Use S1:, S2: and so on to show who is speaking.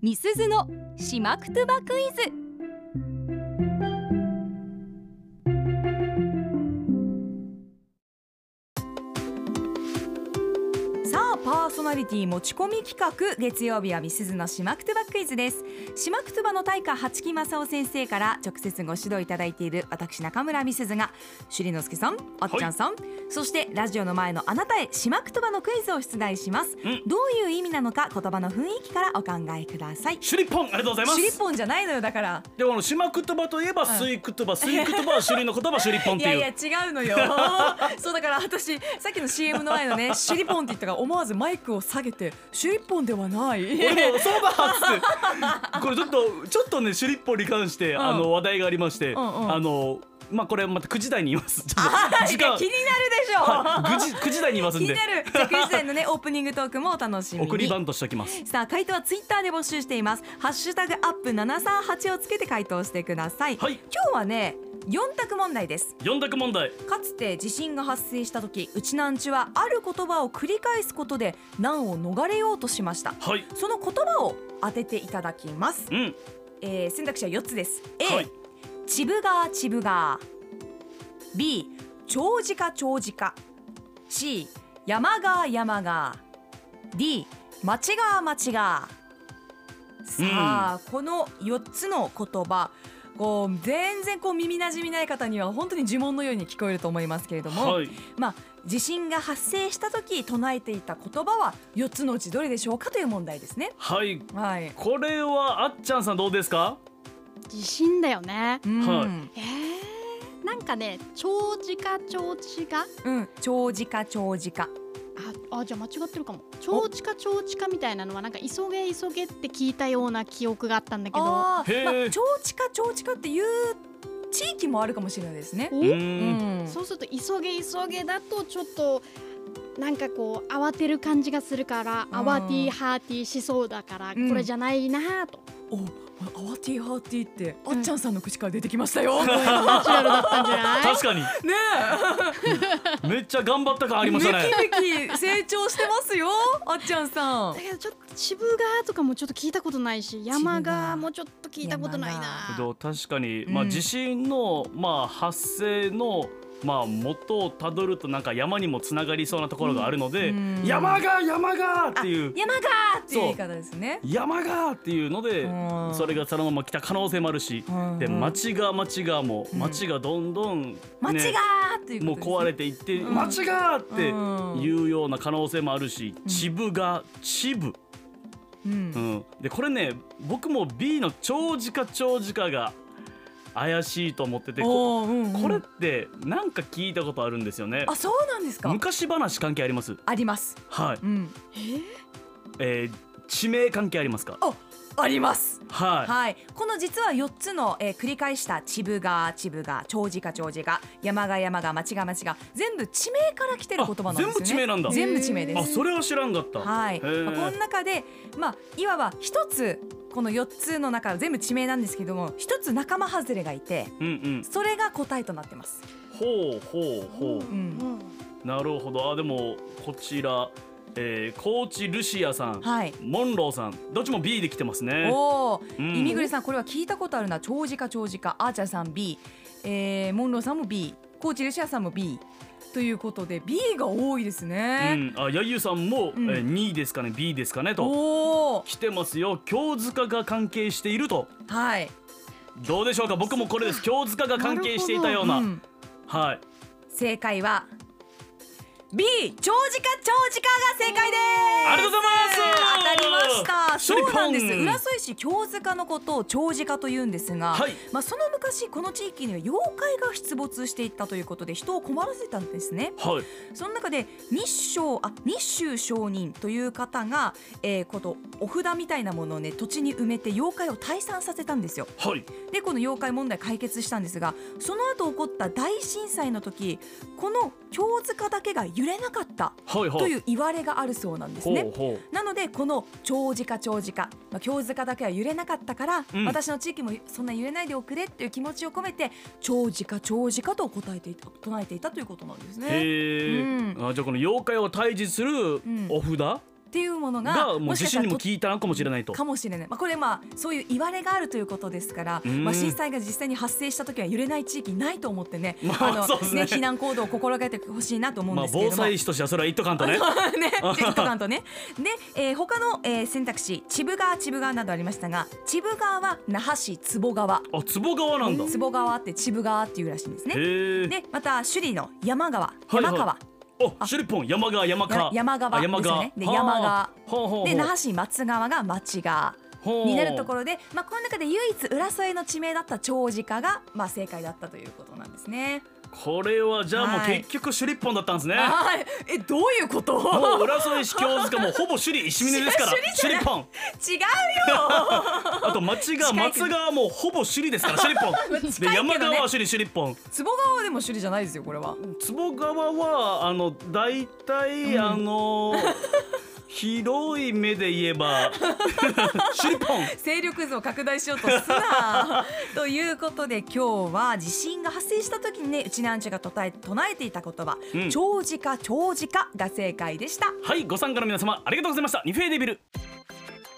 S1: みすずのしまくとばクイズ
S2: さあパーソナリティ持ち込み企画月曜日はみすずのしまくとばクイズですしまくとばの大家八木正夫先生から直接ご指導いただいている私中村みすずが朱里之助さんあっちゃんさん、そしてラジオの前のあなたへしまくとばのクイズを出題します、
S3: ん
S2: どういう意味なのか言葉の雰囲気からお考えください
S3: シュリポンありがとうございま
S2: シュリ
S3: す
S2: ポンじゃないのよだから
S3: でもあの島言葉といえばスイクトバスイクトバはシュリの言葉シュリポンっ
S2: い
S3: て
S2: や
S3: い
S2: いうや違う のよそうだから私さっきの CM の前のねシュリポンって言ったから思わずマイクを下げてシュリポンではない
S3: 俺もそうだっつってこれちょっとちょっとねシュリッポに関して、
S2: ん
S3: あの話題がありまして、
S2: んうん
S3: あのまあこれまた9時台に言いますちょっと
S2: あ
S3: 時
S2: いや
S3: 間
S2: 気になるでしょ、
S3: はい、9, 時9時台に言います
S2: 気
S3: ん
S2: に
S3: で
S2: なるじゃあクイズ園のねオープニングトークもお楽しみに
S3: 送りバントしておきます
S2: さあ回答はツイッターで募集していますハッシュタグアップ738をつけて回答してください、
S3: はい
S2: 今日はね4択問題です
S3: 4択問題
S2: かつて地震が発生した時うちなんちはある言葉を繰り返すことで難を逃れようとしました
S3: はい
S2: その言葉を当てていただきます、
S3: うん
S2: えー選択肢は4つです A、
S3: はい
S2: チブガーチブガー B 長寿か長寿か C 山が山が D 町が町がさあ、この4つの言葉こう全然こう耳なじみない方には本当に呪文のように聞こえると思いますけれども、
S3: はい
S2: まあ、地震が発生した時唱えていた言葉は4つのうちどれでしょうかという問題ですね。
S3: はい
S2: はい、
S3: これはあっちゃんさんどうですか
S4: 地震だよね
S2: うん
S3: は
S4: えー、なんかね長寿か長寿か
S2: うん、長寿か長寿か。
S4: ああじゃあ間違ってるかも長寿か長寿かみたいなのはなんか急げ急げって聞いたような記憶があったんだけど
S2: あ
S3: へ
S2: ー、
S3: ー
S2: まあ、長寿か長寿かっていう地域もあるかもしれないですね。
S3: う
S4: お
S2: う
S3: ーん
S2: ん、
S4: そうすると急げ急げだとちょっとなんかこう慌てる感じがするから
S2: うん
S4: 慌てィハーティーしそうだから
S2: うん
S4: これじゃないなぁと
S2: お、アワティーハーティーって、あっちゃんさんの口から出てきましたよ。ね
S4: ナチュラルだったんじゃ ない
S3: 確かにめっちゃ頑張った感あ
S2: え、
S3: りましたね
S2: めきめき成長してますよ、あっちゃんさん
S4: だ。けどちょっと渋川とかもちょっと聞いたことないし山川もちょっと聞いたことない
S3: け
S4: なぁ
S3: ど確かに、ま
S2: う
S3: あ、
S2: ん
S3: 地震の、まあ、発生の、まあ、元をたどるとなんか山にもつながりそうなところがあるので「
S2: うんうん
S3: 山が山が!」っていう
S2: 山がーっていう言い方ですね
S3: 「山が!」っていうので
S2: うん
S3: それがそのまま来た可能性もあるし。
S2: うん
S3: で町が町がも
S2: う
S3: う
S2: ん
S3: 町がどんどん、ね
S2: 町がーっていう
S3: も
S2: こ
S3: う
S2: とですね。
S3: 壊れていって「
S2: うん
S3: 町が!」っていうような可能性もあるし「
S2: ん
S3: ちぶがちぶ」
S2: うん。
S3: うん、でこれね僕も B の長寿か長寿かが怪しいと思っててこ
S2: おーうんうん
S3: これってなんか聞いたことあるんですよね
S2: あ、そうなんですか。
S3: 昔話関係あります
S2: あります。
S3: はい、
S2: うん。
S3: えー地名関係ありますか
S2: あ、あります。
S3: はい、
S2: はい、この実は4つの、えー繰り返したちぶがちぶが長寿か長寿が山が山が町が町が全部地名から来てる言葉なんですよね
S3: あ全部地名なんだ
S2: 全部地名で
S3: あ
S2: す
S3: それは知らんかった
S2: はい、
S3: へ
S2: まあこの
S3: ー
S2: 中でまあいわば1つこの4つの中全部地名なんですけども1つ仲間外れがいて
S3: うんうん
S2: それが答えとなってます
S3: ほうほうほう、
S4: うん
S3: なるほどあでもこちら、えー、コーチルシアさん、
S2: はい
S3: モンローさんどっちも B で来てますね
S2: おお、
S3: うん
S2: イミグレさんこれは聞いたことあるな長寿か長寿かあーちゃんさん B、えー、モンローさんも B コーチルシアさんも B ということで B が多いです
S3: う
S2: ね、
S3: ん、あやゆさんも、
S2: うん
S3: えー、2位ですかね B ですかねと
S2: おお
S3: 来てますよ京塚が関係していると
S2: はい
S3: どうでしょうか僕もこれです京塚が関係していたような
S2: うん
S3: はい
S2: 正解は B 長時間長時間が正解です
S3: ありがとうございます
S2: 当たりました
S3: 処
S2: そ
S3: 理
S2: う
S3: ポン
S2: なんです浦添市京塚のことを長時間と言うんですが、
S3: はい
S2: まあその昔この地域には妖怪が出没していったということで人を困らせたんですね
S3: はい
S2: その中で日照あ日州商人という方が、えー、ことお札みたいなものをね土地に埋めて妖怪を退散させたんですよ
S3: はい
S2: でこの妖怪問題解決したんですがその後起こった大震災の時この京塚だけが揺れなかった
S3: はいはい
S2: という言われがあるそうなんです
S3: ほ
S2: ね
S3: う。ほ
S2: なのでこの長寿か長寿か、まあ、京塚だけは揺れなかったから、
S3: うん
S2: 私の地域もそんな揺れないでおくれっていう気持ちを込めて長寿か長寿かと答えていた唱えていたということなんです
S3: う
S2: ね。
S3: へえ、
S2: う
S3: あじゃあこの妖怪を退治する
S2: ん
S3: お札、
S2: っていうものが
S3: がもう地
S2: しかした
S3: 震
S2: ら
S3: にも
S2: と
S3: 聞いたのかもしれないと。
S2: かもしれない、まあ、これまあそういう言われがあるということですから、
S3: うん
S2: まあ、震災が実際に発生した時は揺れない地域ないと思ってね,、
S3: まあ
S2: の
S3: そうですね
S2: 避難行動を心がけてほしいなと思うん
S3: まあ
S2: ですけれ
S3: 防
S2: ども、
S3: 災士としてはそれは言っとかんとね。
S2: ね、チェット感とね。で、えー他の、えー選択肢、チブ川、チブ川などありましたが、チブ川は那覇市坪川。
S3: あ壺川なんだ。
S2: 坪川ってチブ川っていうらしいんですね。
S3: へえ。
S2: で、また首里の山川、
S3: いはい
S2: 山川、
S3: あシュリポン山川山
S2: や
S3: 川。
S2: 山川
S3: あ
S2: です
S3: 山
S2: よ
S3: 川
S2: ね。で、山川。
S3: 川
S2: で、那覇市松川が町川。
S3: 覇
S2: になるところで、まあ、この中で唯一浦添の地名だった長治家が、まあ、正解だったということなんですね。
S3: これはじゃあもう
S2: はい
S3: 結局シュリポンだったんですね。
S2: はい、え、どういうこと。
S3: もう浦添市京塚もほ ぼ首里石峰ですから
S2: 首里じゃ
S3: 首
S2: ない
S3: 里ポン
S2: 違うよ。
S3: あと町が
S2: 近いけど
S3: 松川もほぼ首里ですから首里ポン
S2: 近いけど
S3: で
S2: ね
S3: 山川は首里首里ポン
S2: 坪川はでも首里じゃないですよ、これは。
S3: 坪川はあの大体、あの広い目で言えば首里ポン
S2: 勢力図を拡大しようとす なということで今日は地震が発生した時にねうちなんちが唱え唱えていた言葉、
S3: うん
S2: 長寿か長寿かが正解でした
S3: はいご参加の皆様ありがとうございましたニフェーデビル